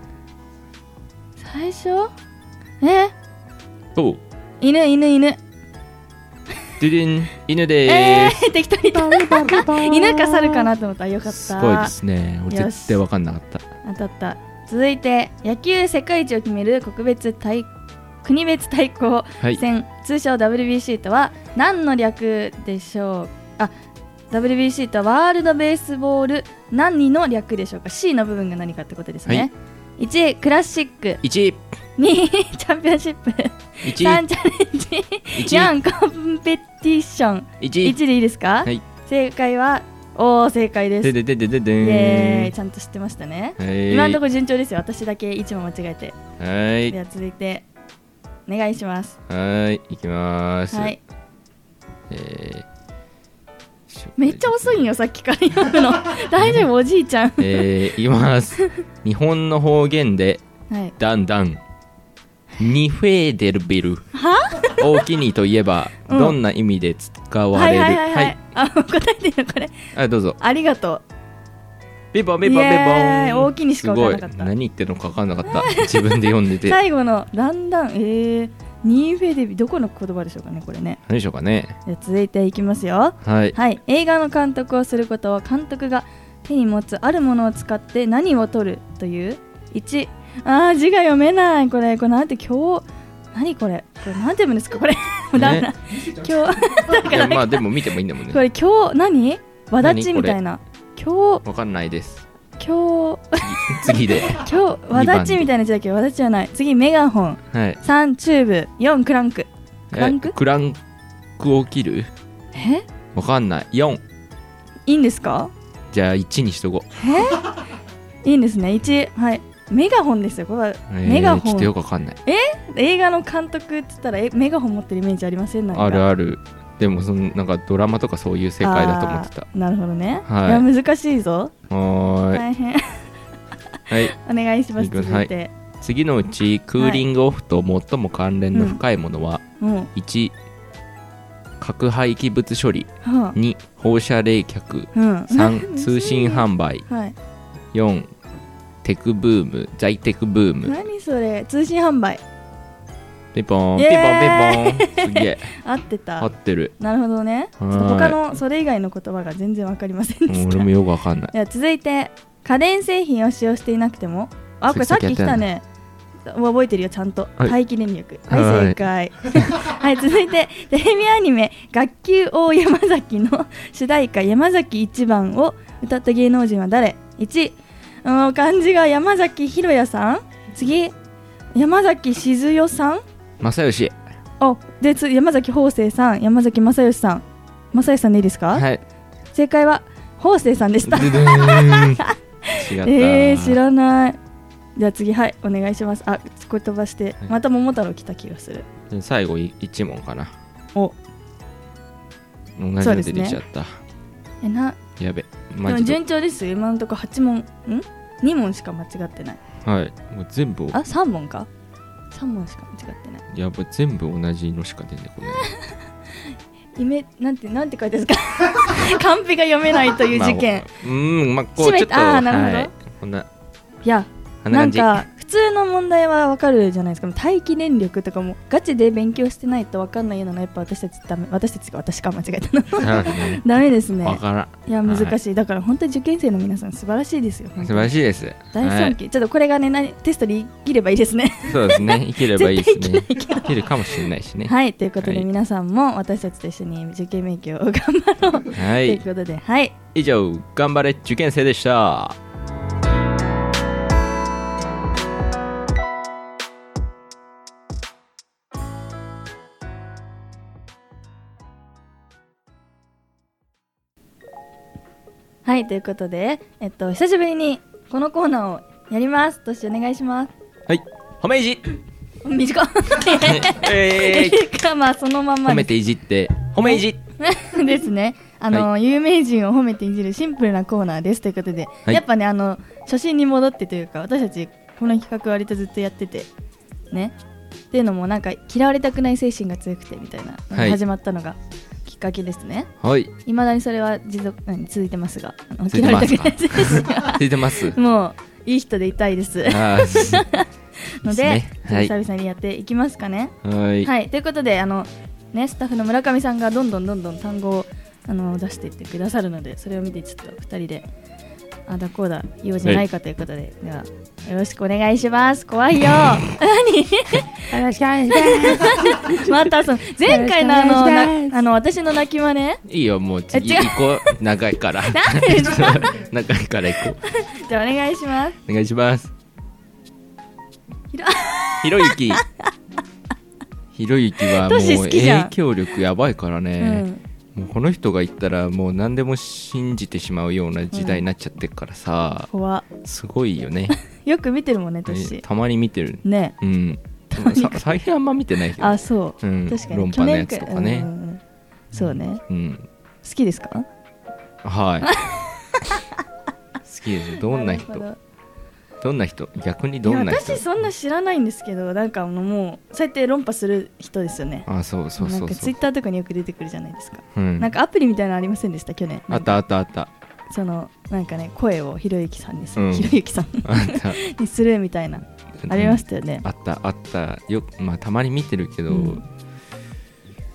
[SPEAKER 2] 最初え
[SPEAKER 3] おう。
[SPEAKER 2] 犬犬犬
[SPEAKER 3] ドゥドゥン犬で
[SPEAKER 2] え
[SPEAKER 3] ーす。
[SPEAKER 2] ー、適当に言った 犬か猿かなと思ったよかった
[SPEAKER 3] すごいですね。俺
[SPEAKER 2] よし
[SPEAKER 3] 絶対わかんなかった。
[SPEAKER 2] 当たった続いて野球世界一を決める国別対国別対抗
[SPEAKER 3] はい。
[SPEAKER 2] 戦、通称 WBC とは何の略でしょうあ WBC とはワールド・ベースボール何の略でしょうか C の部分が何かってことですね、1クラシック
[SPEAKER 3] 一
[SPEAKER 2] 2 チャンピオンシップ
[SPEAKER 3] 一
[SPEAKER 2] 3チャレンジ
[SPEAKER 3] 一
[SPEAKER 2] 4コンペティション1
[SPEAKER 3] 一。
[SPEAKER 2] でいいですか、
[SPEAKER 3] はい
[SPEAKER 2] 正解はおお正解です
[SPEAKER 3] ででででででーん
[SPEAKER 2] イエーイちゃんと知ってましたね、
[SPEAKER 3] はい
[SPEAKER 2] 今のところ順調ですよ私だけ1問間違えて
[SPEAKER 3] はい
[SPEAKER 2] では続いてお願いします
[SPEAKER 3] はいいきます、
[SPEAKER 2] はい
[SPEAKER 3] えー
[SPEAKER 2] めっちゃ遅いんよさっきからや るの大丈夫おじいちゃんは
[SPEAKER 3] えー、いきます 日本の方言で
[SPEAKER 2] い
[SPEAKER 3] だんだんニフェーデルビル
[SPEAKER 2] は
[SPEAKER 3] 大きにといえば、
[SPEAKER 2] うん
[SPEAKER 3] どんな意味で使わ
[SPEAKER 2] は
[SPEAKER 3] れ
[SPEAKER 2] い
[SPEAKER 3] る
[SPEAKER 2] はいはいはい、あ答えていいのこれ
[SPEAKER 3] あどうぞ
[SPEAKER 2] ありがと
[SPEAKER 3] ピンポンピンポンピンポ
[SPEAKER 2] イエーイ
[SPEAKER 3] ン
[SPEAKER 2] 大きにしかわからなかった
[SPEAKER 3] すごい何言ってるのか分かんなかった自分で読んで
[SPEAKER 2] う
[SPEAKER 3] て何
[SPEAKER 2] 最後のだんだんえーニーフェデビどこの言葉でしょうかねこれね
[SPEAKER 3] でしょうか ね
[SPEAKER 2] じゃあ続いていきますよ
[SPEAKER 3] はい
[SPEAKER 2] はい、映画の監督をすることは監督が手に持つあるものを使って何を取るという1あー字が読めないこれこれなんて今日何これこれなんて読むんです かこれもうダメだ、今日だ
[SPEAKER 3] い
[SPEAKER 2] か
[SPEAKER 3] や
[SPEAKER 2] ら
[SPEAKER 3] まあでも見てもいいんだもん
[SPEAKER 2] こ
[SPEAKER 3] ね
[SPEAKER 2] れ今日何わだち
[SPEAKER 3] 何こ
[SPEAKER 2] み
[SPEAKER 3] れ
[SPEAKER 2] たいな今日
[SPEAKER 3] 分かんないです
[SPEAKER 2] 今
[SPEAKER 3] 次次で
[SPEAKER 2] 日今日わだちみたいな字だけどわだちじゃない次メガホン
[SPEAKER 3] はい
[SPEAKER 2] 3チューブ4クランククランク
[SPEAKER 3] えクランクを切る
[SPEAKER 2] え
[SPEAKER 3] わかんない4
[SPEAKER 2] いいんですか
[SPEAKER 3] じゃあ1にしとこ
[SPEAKER 2] いいんですね1はいメガホンですよこれは
[SPEAKER 3] う、
[SPEAKER 2] メガ
[SPEAKER 3] えーち
[SPEAKER 2] ホ
[SPEAKER 3] ょっ
[SPEAKER 2] ン
[SPEAKER 3] とよくわかんない
[SPEAKER 2] 映画の監督って言ったらえメガホン持ってるイメージありませんなんか
[SPEAKER 3] あるあるでもそのなんかドラマとかそういう世界だと思ってた
[SPEAKER 2] あーなるほどね、
[SPEAKER 3] はい
[SPEAKER 2] い、や難しいぞ、
[SPEAKER 3] はー
[SPEAKER 2] 大変
[SPEAKER 3] い、はい、
[SPEAKER 2] お願いしま
[SPEAKER 3] い
[SPEAKER 2] す
[SPEAKER 3] きま
[SPEAKER 2] 続
[SPEAKER 3] す
[SPEAKER 2] いて、
[SPEAKER 3] 次のうちクーリングオフと最も関連の深いものは、
[SPEAKER 2] もう
[SPEAKER 3] 1核廃棄物処理
[SPEAKER 2] はあ
[SPEAKER 3] 2放射冷却
[SPEAKER 2] うん
[SPEAKER 3] 3通信販売
[SPEAKER 2] はい
[SPEAKER 3] 4テクブーム在テクブーム
[SPEAKER 2] 何それ通信販売
[SPEAKER 3] ピンポン
[SPEAKER 2] イ
[SPEAKER 3] ピン
[SPEAKER 2] エ
[SPEAKER 3] ポンピンポンすげ え
[SPEAKER 2] 合って
[SPEAKER 3] 合
[SPEAKER 2] た
[SPEAKER 3] ってる
[SPEAKER 2] なるほどねちょ
[SPEAKER 3] はーい
[SPEAKER 2] っと他のそれ以外の言葉が全然わかりませんで
[SPEAKER 3] もう
[SPEAKER 2] し
[SPEAKER 3] 俺
[SPEAKER 2] た
[SPEAKER 3] もよくわかんない
[SPEAKER 2] では続いて家電製品を使用していなくてもあこれさ
[SPEAKER 3] さっ
[SPEAKER 2] っ
[SPEAKER 3] き
[SPEAKER 2] き来たね覚えてるよちゃんと、
[SPEAKER 3] はい
[SPEAKER 2] 待機電力はい、
[SPEAKER 3] はい
[SPEAKER 2] 正 解はい続いてテレビアニメ「学級王山崎」の主題歌「山崎一番」を歌った芸能人は誰 ?1 うん漢字が山崎ひろやさん次山崎しずよさん
[SPEAKER 3] 正義
[SPEAKER 2] おで次山崎邦生さん山崎正義さん正義さんでいいですか、
[SPEAKER 3] はい
[SPEAKER 2] 正解は邦生さんでした
[SPEAKER 3] ドゥドゥーン違った
[SPEAKER 2] えー、知らないじゃあ次はいお願いしますあこれ飛ばしてまた桃太郎来た気がする
[SPEAKER 3] 最後い一問かな
[SPEAKER 2] お
[SPEAKER 3] 同じの出てきちゃった、
[SPEAKER 2] えな
[SPEAKER 3] やべ
[SPEAKER 2] で
[SPEAKER 3] マ
[SPEAKER 2] も
[SPEAKER 3] ジで
[SPEAKER 2] 順調ですよ今のところ8問ん2問しか間違ってない
[SPEAKER 3] はいもう全部
[SPEAKER 2] あ三3問か3問しか間違ってない
[SPEAKER 3] やばい全部同じのしか出てこない
[SPEAKER 2] イメなんてなんて書いてあるんですか カンペが読めないと いう事件、
[SPEAKER 3] まあ、うーんまあこう
[SPEAKER 2] 閉
[SPEAKER 3] ちょ
[SPEAKER 2] め
[SPEAKER 3] っと
[SPEAKER 2] あーなるほど
[SPEAKER 3] はい、こんない
[SPEAKER 2] や
[SPEAKER 3] こんな
[SPEAKER 2] な
[SPEAKER 3] 感
[SPEAKER 2] ん
[SPEAKER 3] じ
[SPEAKER 2] か普通の問題はわかるじゃないですか待機電力とかもガチで勉強してないとわかんないようなのやっぱ私たちダメ私たちが私か間違えたの
[SPEAKER 3] なるほどね
[SPEAKER 2] ダメですね
[SPEAKER 3] わからん
[SPEAKER 2] いや
[SPEAKER 3] は
[SPEAKER 2] 難
[SPEAKER 3] い
[SPEAKER 2] しい、だから本当に受験生の皆さん素晴らしいですよ本当に
[SPEAKER 3] 素晴らしいです
[SPEAKER 2] 大尊敬、ちょっとこれがね何テストに生きればいいですね
[SPEAKER 3] はい、そうで すね生きればいいですね
[SPEAKER 2] 絶対生きない
[SPEAKER 3] 生きるかもしれないしね
[SPEAKER 2] はいということで、
[SPEAKER 3] はい
[SPEAKER 2] 皆さんも私たちと一緒に受験勉強を頑張ろう、
[SPEAKER 3] は
[SPEAKER 2] とい
[SPEAKER 3] いう
[SPEAKER 2] ことではい
[SPEAKER 3] 以上頑張れ受験生でした
[SPEAKER 2] はいということでえっと久しぶりにこのコーナーをやりますトシお願いします
[SPEAKER 3] はい褒めいじ
[SPEAKER 2] 短っ
[SPEAKER 3] え ー
[SPEAKER 2] かまあそのまんま
[SPEAKER 3] 褒め
[SPEAKER 2] で
[SPEAKER 3] ていじって褒めいじ
[SPEAKER 2] ですねあの、有名人を褒めていじるシンプルなコーナーですということで、
[SPEAKER 3] はい
[SPEAKER 2] やっぱねあの初心に戻ってというか私たちこの企画割とずっとやっててねっていうのもなんか嫌われたくない精神が強くてみたいな、
[SPEAKER 3] はい
[SPEAKER 2] 始まったのがきっかけですね
[SPEAKER 3] はい
[SPEAKER 2] いまだにそれは持続何続いてますがあの
[SPEAKER 3] 続いてま
[SPEAKER 2] 嫌わ
[SPEAKER 3] すか
[SPEAKER 2] れたくない精神が
[SPEAKER 3] ついてます
[SPEAKER 2] もういい人でいたいです
[SPEAKER 3] あー
[SPEAKER 2] ので
[SPEAKER 3] ですねはい
[SPEAKER 2] ちょっと久々にやっていきますかね
[SPEAKER 3] はい
[SPEAKER 2] はい、ということであの、ね、スタッフの村上さんがどんどんどんどん単語をあの出していってくださるのでそれを見てちょっと2人であだこうだ言おうじゃないかということで、ではよろしくお願いします怖 いよ何またその前回のあのなあの私の泣き真似
[SPEAKER 3] いいよもう次
[SPEAKER 2] え違う
[SPEAKER 3] 行こう長いから
[SPEAKER 2] なんでじゃ
[SPEAKER 3] 長いから行こ
[SPEAKER 2] あお願いします
[SPEAKER 3] うお願いします
[SPEAKER 2] ひろ
[SPEAKER 3] ひろゆきひろゆきはもう
[SPEAKER 2] トシ好きじゃん
[SPEAKER 3] 影響力やばいからね、
[SPEAKER 2] うん
[SPEAKER 3] もうこの人が言ったらもう何でも信じてしまうような時代になっちゃってるからさ、
[SPEAKER 2] 怖
[SPEAKER 3] すごいよね
[SPEAKER 2] よく見てるもんね年
[SPEAKER 3] たまに見てる
[SPEAKER 2] ね
[SPEAKER 3] うんさ最近あんま見てないけど
[SPEAKER 2] あそうう、
[SPEAKER 3] ん
[SPEAKER 2] 確かに
[SPEAKER 3] 論破のやつとか
[SPEAKER 2] 去年くらいうん
[SPEAKER 3] ね
[SPEAKER 2] うんうんそうね
[SPEAKER 3] うん
[SPEAKER 2] 好きですか
[SPEAKER 3] はい好きですどんな人
[SPEAKER 2] るほど
[SPEAKER 3] どんな人逆にどんない
[SPEAKER 2] や
[SPEAKER 3] 人
[SPEAKER 2] 私そんな知らないんですけどなんかあのもうそうやって論破する人ですよね
[SPEAKER 3] あそうそうそ
[SPEAKER 2] なん
[SPEAKER 3] う
[SPEAKER 2] かツ
[SPEAKER 3] そ
[SPEAKER 2] イ
[SPEAKER 3] う
[SPEAKER 2] ッターとかによく出てくるじゃないですか、
[SPEAKER 3] うん
[SPEAKER 2] なんかアプリみたいなのありませんでした去年
[SPEAKER 3] あったあったあった
[SPEAKER 2] そのなんかね声をひろゆきさんにす
[SPEAKER 3] う
[SPEAKER 2] る
[SPEAKER 3] ん
[SPEAKER 2] ひろゆきさん
[SPEAKER 3] あった
[SPEAKER 2] にするみたいな ありましたよね
[SPEAKER 3] あったあったよまあたまに見てるけど、
[SPEAKER 2] うん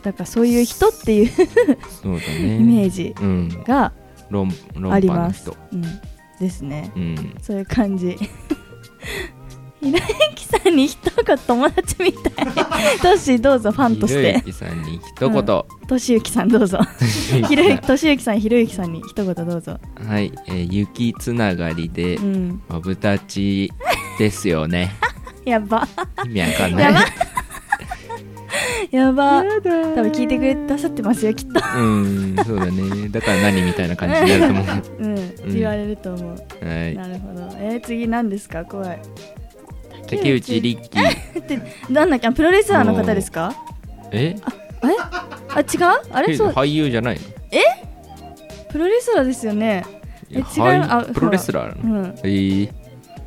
[SPEAKER 2] だからそういう人っていう
[SPEAKER 3] そうだ
[SPEAKER 2] イ
[SPEAKER 3] ね
[SPEAKER 2] メージ
[SPEAKER 3] うん
[SPEAKER 2] が
[SPEAKER 3] 論論
[SPEAKER 2] あ
[SPEAKER 3] 破
[SPEAKER 2] り
[SPEAKER 3] の
[SPEAKER 2] ます
[SPEAKER 3] 人、
[SPEAKER 2] うん、ですね
[SPEAKER 3] うん
[SPEAKER 2] そういう感じ ひろゆきさんに一言友達みたい トッシーどうぞファンとし
[SPEAKER 3] ひろゆ
[SPEAKER 2] て
[SPEAKER 3] きさんに一言、
[SPEAKER 2] うん としゆきさんどうぞひろゆき、としゆきさん、ひろゆきさんに一言どうぞ。
[SPEAKER 3] はい、えー雪つながりで
[SPEAKER 2] う、ん。
[SPEAKER 3] まぶたちですよね。
[SPEAKER 2] やば。
[SPEAKER 3] 意味わかん
[SPEAKER 2] や
[SPEAKER 3] ない。
[SPEAKER 2] やば。多分聞いてくださってますよ、きっと。
[SPEAKER 3] うん、そうだね。だから何みたいな感じになると思う。は
[SPEAKER 2] うん。って言われると思う。
[SPEAKER 3] い。
[SPEAKER 2] なるほど。えー、次何ですか怖い。
[SPEAKER 3] 竹内力樹。
[SPEAKER 2] なんだっけあプロレスラーの方ですか
[SPEAKER 3] え
[SPEAKER 2] あ、違うあれそう。
[SPEAKER 3] 俳優じゃないの
[SPEAKER 2] プロレスラーですよね。え違うあ
[SPEAKER 3] 俳優プロレスラー
[SPEAKER 2] う
[SPEAKER 3] なの
[SPEAKER 2] ん。
[SPEAKER 3] えー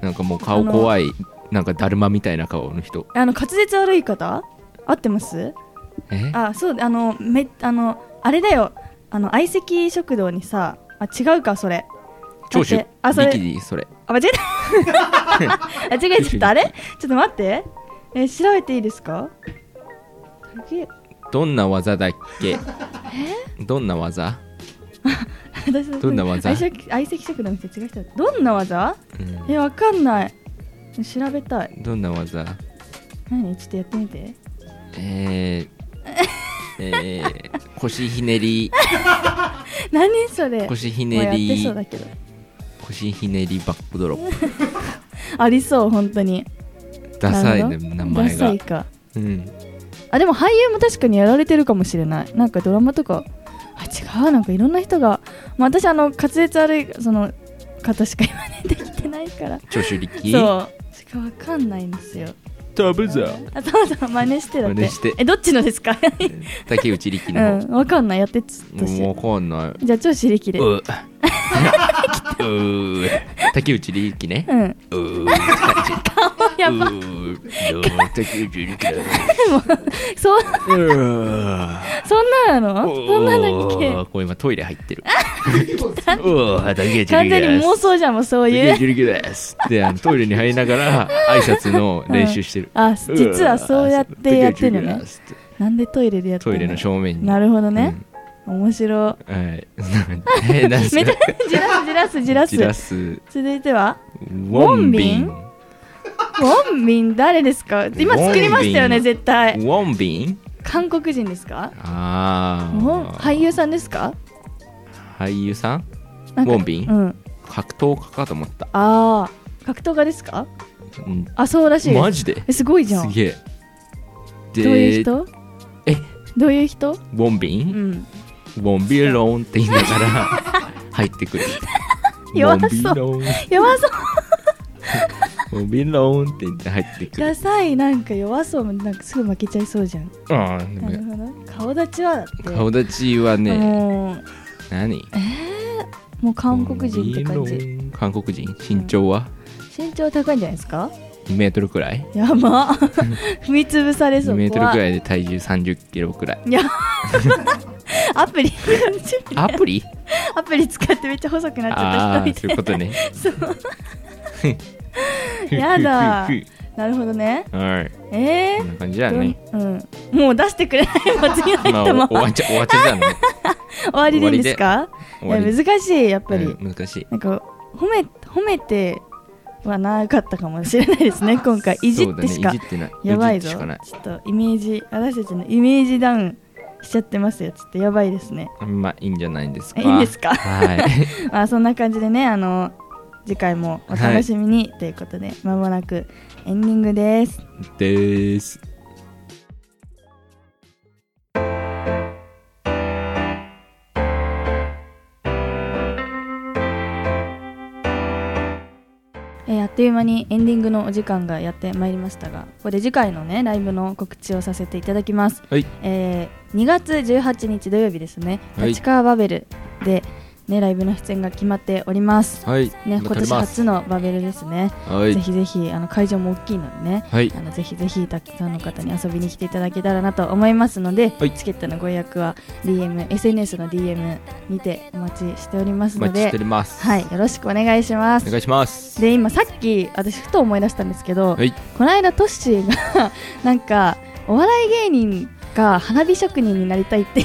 [SPEAKER 3] なんかもう顔怖い、なんかだるまみたいな顔の人。
[SPEAKER 2] あの、滑舌悪い方合ってます
[SPEAKER 3] え
[SPEAKER 2] あ、そう、あの、め、あの、あれだよ。あの、相席食堂にさ、あ、違うか、それ。
[SPEAKER 3] 長州
[SPEAKER 2] だってあそれ
[SPEAKER 3] 力士そ れ。
[SPEAKER 2] あ、間違えた。あ、違えちゃった。あれちょっと待って。えー調べていいですか竹
[SPEAKER 3] どんな技だっけどんな技
[SPEAKER 2] 私
[SPEAKER 3] どんな技
[SPEAKER 2] 相席相席食堂の店違う人だったどんな技
[SPEAKER 3] うん
[SPEAKER 2] え、わかんない。調べたい。
[SPEAKER 3] どんな技
[SPEAKER 2] 何ちょっとやってみて。
[SPEAKER 3] えー、えー、腰ひね り、
[SPEAKER 2] 何それ
[SPEAKER 3] 腰ひ
[SPEAKER 2] もう
[SPEAKER 3] ね
[SPEAKER 2] やって
[SPEAKER 3] り
[SPEAKER 2] そう、だけど。
[SPEAKER 3] 腰ひねりバックド ロップ。
[SPEAKER 2] ありそう、本当に。
[SPEAKER 3] ダサい
[SPEAKER 2] な
[SPEAKER 3] ね、
[SPEAKER 2] るほど
[SPEAKER 3] 名前
[SPEAKER 2] ダ
[SPEAKER 3] が
[SPEAKER 2] サい。か。
[SPEAKER 3] うん。
[SPEAKER 2] あ、でも俳優も確かにやられてるかもしれない。なんかドラマとか。あ、違う。なんかいろんな人が。まあ私、あの、滑舌悪い、その、方しか今ね、できてないから。
[SPEAKER 3] 長州力
[SPEAKER 2] そうしかわかんないんですよ
[SPEAKER 3] 食べざ
[SPEAKER 2] あそうそう真似してだって
[SPEAKER 3] 真似して
[SPEAKER 2] えどっちのですか
[SPEAKER 3] 竹内力
[SPEAKER 2] う
[SPEAKER 3] の
[SPEAKER 2] んわかんないやってっつった
[SPEAKER 3] 方。もうわかんな
[SPEAKER 2] じゃあ超刺激
[SPEAKER 3] い。
[SPEAKER 2] で
[SPEAKER 3] う
[SPEAKER 2] う
[SPEAKER 3] う う竹内力ね。
[SPEAKER 2] ん
[SPEAKER 3] うう
[SPEAKER 2] やば
[SPEAKER 3] う竹内力だ。
[SPEAKER 2] そう
[SPEAKER 3] う
[SPEAKER 2] そ
[SPEAKER 3] う
[SPEAKER 2] んななの
[SPEAKER 3] お
[SPEAKER 2] そんなのっ
[SPEAKER 3] ー
[SPEAKER 2] け
[SPEAKER 3] これ今トイレ入って る。おー竹内力です
[SPEAKER 2] 完全に妄想じゃんもうそう
[SPEAKER 3] 竹
[SPEAKER 2] いう
[SPEAKER 3] 内力です。で、 あのトイレに入りながら挨拶の練習してる。
[SPEAKER 2] あ 実はそうやってやってるのね
[SPEAKER 3] 竹内力ですって
[SPEAKER 2] なんでトイレでやって
[SPEAKER 3] ト
[SPEAKER 2] る
[SPEAKER 3] イレの正面に。
[SPEAKER 2] なるほど
[SPEAKER 3] ほ
[SPEAKER 2] ね、。面白
[SPEAKER 3] はい。 え、なん
[SPEAKER 2] いめっちゃじらすじらすじら
[SPEAKER 3] ジラ
[SPEAKER 2] す
[SPEAKER 3] ス。
[SPEAKER 2] 続いては
[SPEAKER 3] ウォンビン。
[SPEAKER 2] ウ
[SPEAKER 3] ウ
[SPEAKER 2] ウォンビン誰ですか今作りましたよね
[SPEAKER 3] ウォンビン
[SPEAKER 2] 絶対
[SPEAKER 3] ォンビン
[SPEAKER 2] 韓国人ですか
[SPEAKER 3] あ
[SPEAKER 2] ウォン
[SPEAKER 3] あ。
[SPEAKER 2] 俳優さんですか
[SPEAKER 3] 俳優さん
[SPEAKER 2] なんか
[SPEAKER 3] ウォンビン
[SPEAKER 2] うん
[SPEAKER 3] 格闘家かと思った。
[SPEAKER 2] ああ格闘家ですか
[SPEAKER 3] うん
[SPEAKER 2] あそうらしいです
[SPEAKER 3] マジで
[SPEAKER 2] えすごいじゃ
[SPEAKER 3] す
[SPEAKER 2] んど
[SPEAKER 3] げえ。
[SPEAKER 2] う
[SPEAKER 3] で
[SPEAKER 2] いう人
[SPEAKER 3] え
[SPEAKER 2] どういう人
[SPEAKER 3] ウォンビ
[SPEAKER 2] う
[SPEAKER 3] ン
[SPEAKER 2] ん
[SPEAKER 3] ウォンビロンって言いながら入ってくる
[SPEAKER 2] 弱そう
[SPEAKER 3] う
[SPEAKER 2] 弱そう
[SPEAKER 3] モビローンって言って入ってくる
[SPEAKER 2] ダサいなんか弱そうなんかすぐ負けちゃいそうじゃん
[SPEAKER 3] あ
[SPEAKER 2] なる
[SPEAKER 3] あ
[SPEAKER 2] ほど顔立ちはだって
[SPEAKER 3] 顔立ちはね
[SPEAKER 2] もう
[SPEAKER 3] 何
[SPEAKER 2] もう韓国人って感じ
[SPEAKER 3] 韓国人身長は
[SPEAKER 2] 身長高いんじゃないですか
[SPEAKER 3] 2メートルくらい
[SPEAKER 2] や ば踏みつぶされそ
[SPEAKER 3] 2
[SPEAKER 2] う
[SPEAKER 3] メートルく
[SPEAKER 2] 怖
[SPEAKER 3] らいで体重30キロくらい
[SPEAKER 2] いや アプリ
[SPEAKER 3] ア プリ
[SPEAKER 2] アプリ使ってめっちゃ細くなっちゃっ
[SPEAKER 3] あ
[SPEAKER 2] た
[SPEAKER 3] あ
[SPEAKER 2] 人い
[SPEAKER 3] ー
[SPEAKER 2] て
[SPEAKER 3] そういうことね
[SPEAKER 2] やだ
[SPEAKER 3] ふっふっ
[SPEAKER 2] なるほどね
[SPEAKER 3] ふはい
[SPEAKER 2] え
[SPEAKER 3] こんな感じだね
[SPEAKER 2] ーうん、もう出してくれないもう次の
[SPEAKER 3] まあ
[SPEAKER 2] 人も
[SPEAKER 3] お終わっちゃ終わっちゃったね
[SPEAKER 2] 終わりでいいんですかい
[SPEAKER 3] 終わ
[SPEAKER 2] や
[SPEAKER 3] り
[SPEAKER 2] 難しいやっぱり、
[SPEAKER 3] うん難しい
[SPEAKER 2] なんか褒め褒めてはなかったかもしれないです ね今回いじってしか、
[SPEAKER 3] そうだねいじってない
[SPEAKER 2] やばい
[SPEAKER 3] い
[SPEAKER 2] ぞ
[SPEAKER 3] じってしかない
[SPEAKER 2] ちょっとイメージ私たちのイメージダウンしちゃってますよちょっとやばいですね
[SPEAKER 3] まあいいんじゃないですか
[SPEAKER 2] いいんですか
[SPEAKER 3] はい
[SPEAKER 2] まあそんな感じでねあの次回もお楽しみに、ということでまもなくエンディングです
[SPEAKER 3] です
[SPEAKER 2] えーあっという間にエンディングのお時間がやってまいりましたがここで次回のねライブの告知をさせていただきます、
[SPEAKER 3] はい
[SPEAKER 2] えー2月18日土曜日ですね、
[SPEAKER 3] はい
[SPEAKER 2] 立川バベルで、ね、ライブの出演が決まっております、
[SPEAKER 3] はい
[SPEAKER 2] ね、
[SPEAKER 3] 頑
[SPEAKER 2] 今
[SPEAKER 3] 張っており
[SPEAKER 2] 年
[SPEAKER 3] ます
[SPEAKER 2] 初のバベルですね、
[SPEAKER 3] は
[SPEAKER 2] ぜ
[SPEAKER 3] い
[SPEAKER 2] ひぜひあの会場も大きいのでね
[SPEAKER 3] はい
[SPEAKER 2] あのぜひぜひたくさんの方に遊びに来ていただけたらなと思いますので、
[SPEAKER 3] はい
[SPEAKER 2] チケットのご予約は DM、SNS の DM にてお待ちしております
[SPEAKER 3] お
[SPEAKER 2] の
[SPEAKER 3] 待ちしてお
[SPEAKER 2] で、
[SPEAKER 3] ります
[SPEAKER 2] はい、よろしくお願いしま
[SPEAKER 3] お
[SPEAKER 2] す。
[SPEAKER 3] 願いします
[SPEAKER 2] で今さっき私ふと思い出したんですけど、
[SPEAKER 3] はい
[SPEAKER 2] この間トッシーが なんかお笑い芸人が花火職人になりたいって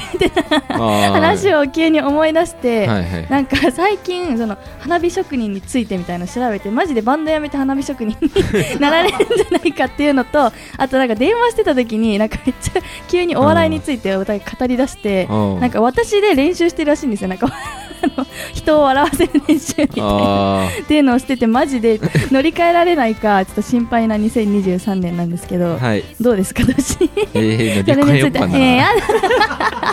[SPEAKER 2] 話
[SPEAKER 3] を
[SPEAKER 2] を急に思い出して、
[SPEAKER 3] はいはい
[SPEAKER 2] なんか最近その花火職人についてみたいなの調べてマジでバンドやめて花火職人になられるんじゃないかっていうのと あとなんか電話してた時になんかめっちゃ急にお笑いについてお互い語り出して
[SPEAKER 3] うん
[SPEAKER 2] なんか私で練習してるらしいんですよなんか あの人を笑わせる練習みたいな。
[SPEAKER 3] あ
[SPEAKER 2] っていうのをしててマ ジで乗り換えられないかちょっと心配な2023年なんですけ
[SPEAKER 3] あ
[SPEAKER 2] ど、
[SPEAKER 3] はい
[SPEAKER 2] どうですか私そ
[SPEAKER 3] ええ乗
[SPEAKER 2] れ
[SPEAKER 3] り換え
[SPEAKER 2] につ
[SPEAKER 3] よ
[SPEAKER 2] い、
[SPEAKER 3] ってかな
[SPEAKER 2] えーや
[SPEAKER 3] 乗
[SPEAKER 2] だ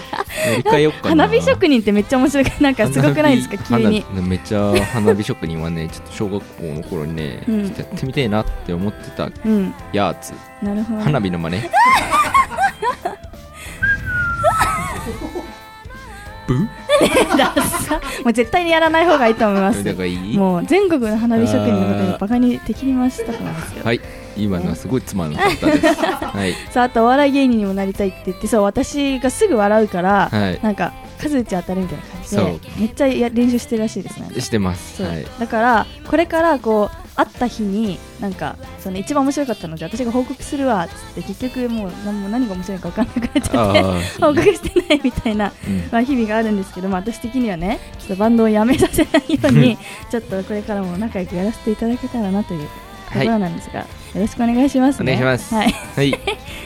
[SPEAKER 3] り換えよっかな
[SPEAKER 2] 花火職人ってめっちゃ面白いなんかすごくないですか急
[SPEAKER 3] 花火
[SPEAKER 2] に
[SPEAKER 3] 花めっちゃ花火職人はねちょっと小学校の頃にね、
[SPEAKER 2] うん
[SPEAKER 3] ちょっとやってみてえなって思ってた
[SPEAKER 2] うん
[SPEAKER 3] やつ
[SPEAKER 2] なるほど
[SPEAKER 3] 花火の真似ブ
[SPEAKER 2] ダッサもう絶対にやらない方がいいと思いま
[SPEAKER 3] それだ
[SPEAKER 2] す
[SPEAKER 3] からいい
[SPEAKER 2] もう全国の花火職人の方にバカにできましたからですよ、
[SPEAKER 3] はい今のはすごいつまんなかったです はい
[SPEAKER 2] さああとお笑い芸人にもなりたいって言ってそう私がすぐ笑うから、
[SPEAKER 3] はい
[SPEAKER 2] なんか数打ち当たるみたいな感じ
[SPEAKER 3] そう
[SPEAKER 2] でめっちゃや練習してるらしいですね
[SPEAKER 3] してます
[SPEAKER 2] そう、
[SPEAKER 3] はい
[SPEAKER 2] だからこれからこう会った日になんかその一番面白かったので私が報告するわっつって結局もう何も何が面白いのか分かんなくなっちゃって
[SPEAKER 3] あ
[SPEAKER 2] 報告
[SPEAKER 3] ー
[SPEAKER 2] してないみたいな
[SPEAKER 3] うん
[SPEAKER 2] まあ、日々があるんですけど、まあ、私的にはねちょっとバンドをやめさせないようにちょっとこれからも仲良くやらせていただけたらなというところなんですが、よろしくお願いしますね。
[SPEAKER 3] お願いします
[SPEAKER 2] はい、
[SPEAKER 3] はい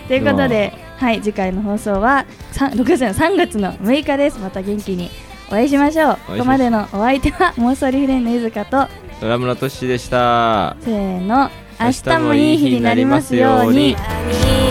[SPEAKER 2] ということで、はい、次回の放送は3 6月の3月の6日ですまた元気にお会いしましょう
[SPEAKER 3] お会いしましょう
[SPEAKER 2] ここまでのお相手は妄想リフレインのゆずかと
[SPEAKER 3] ドラムのトシでした
[SPEAKER 2] せーの明
[SPEAKER 3] 明
[SPEAKER 2] 日
[SPEAKER 3] 日
[SPEAKER 2] も
[SPEAKER 3] も
[SPEAKER 2] い
[SPEAKER 3] い
[SPEAKER 2] い
[SPEAKER 3] い
[SPEAKER 2] 日
[SPEAKER 3] 日
[SPEAKER 2] に
[SPEAKER 3] に
[SPEAKER 2] な
[SPEAKER 3] な
[SPEAKER 2] り
[SPEAKER 3] り
[SPEAKER 2] ま
[SPEAKER 3] ますす
[SPEAKER 2] よ
[SPEAKER 3] よ
[SPEAKER 2] う
[SPEAKER 3] う
[SPEAKER 2] に
[SPEAKER 3] に。
[SPEAKER 4] 「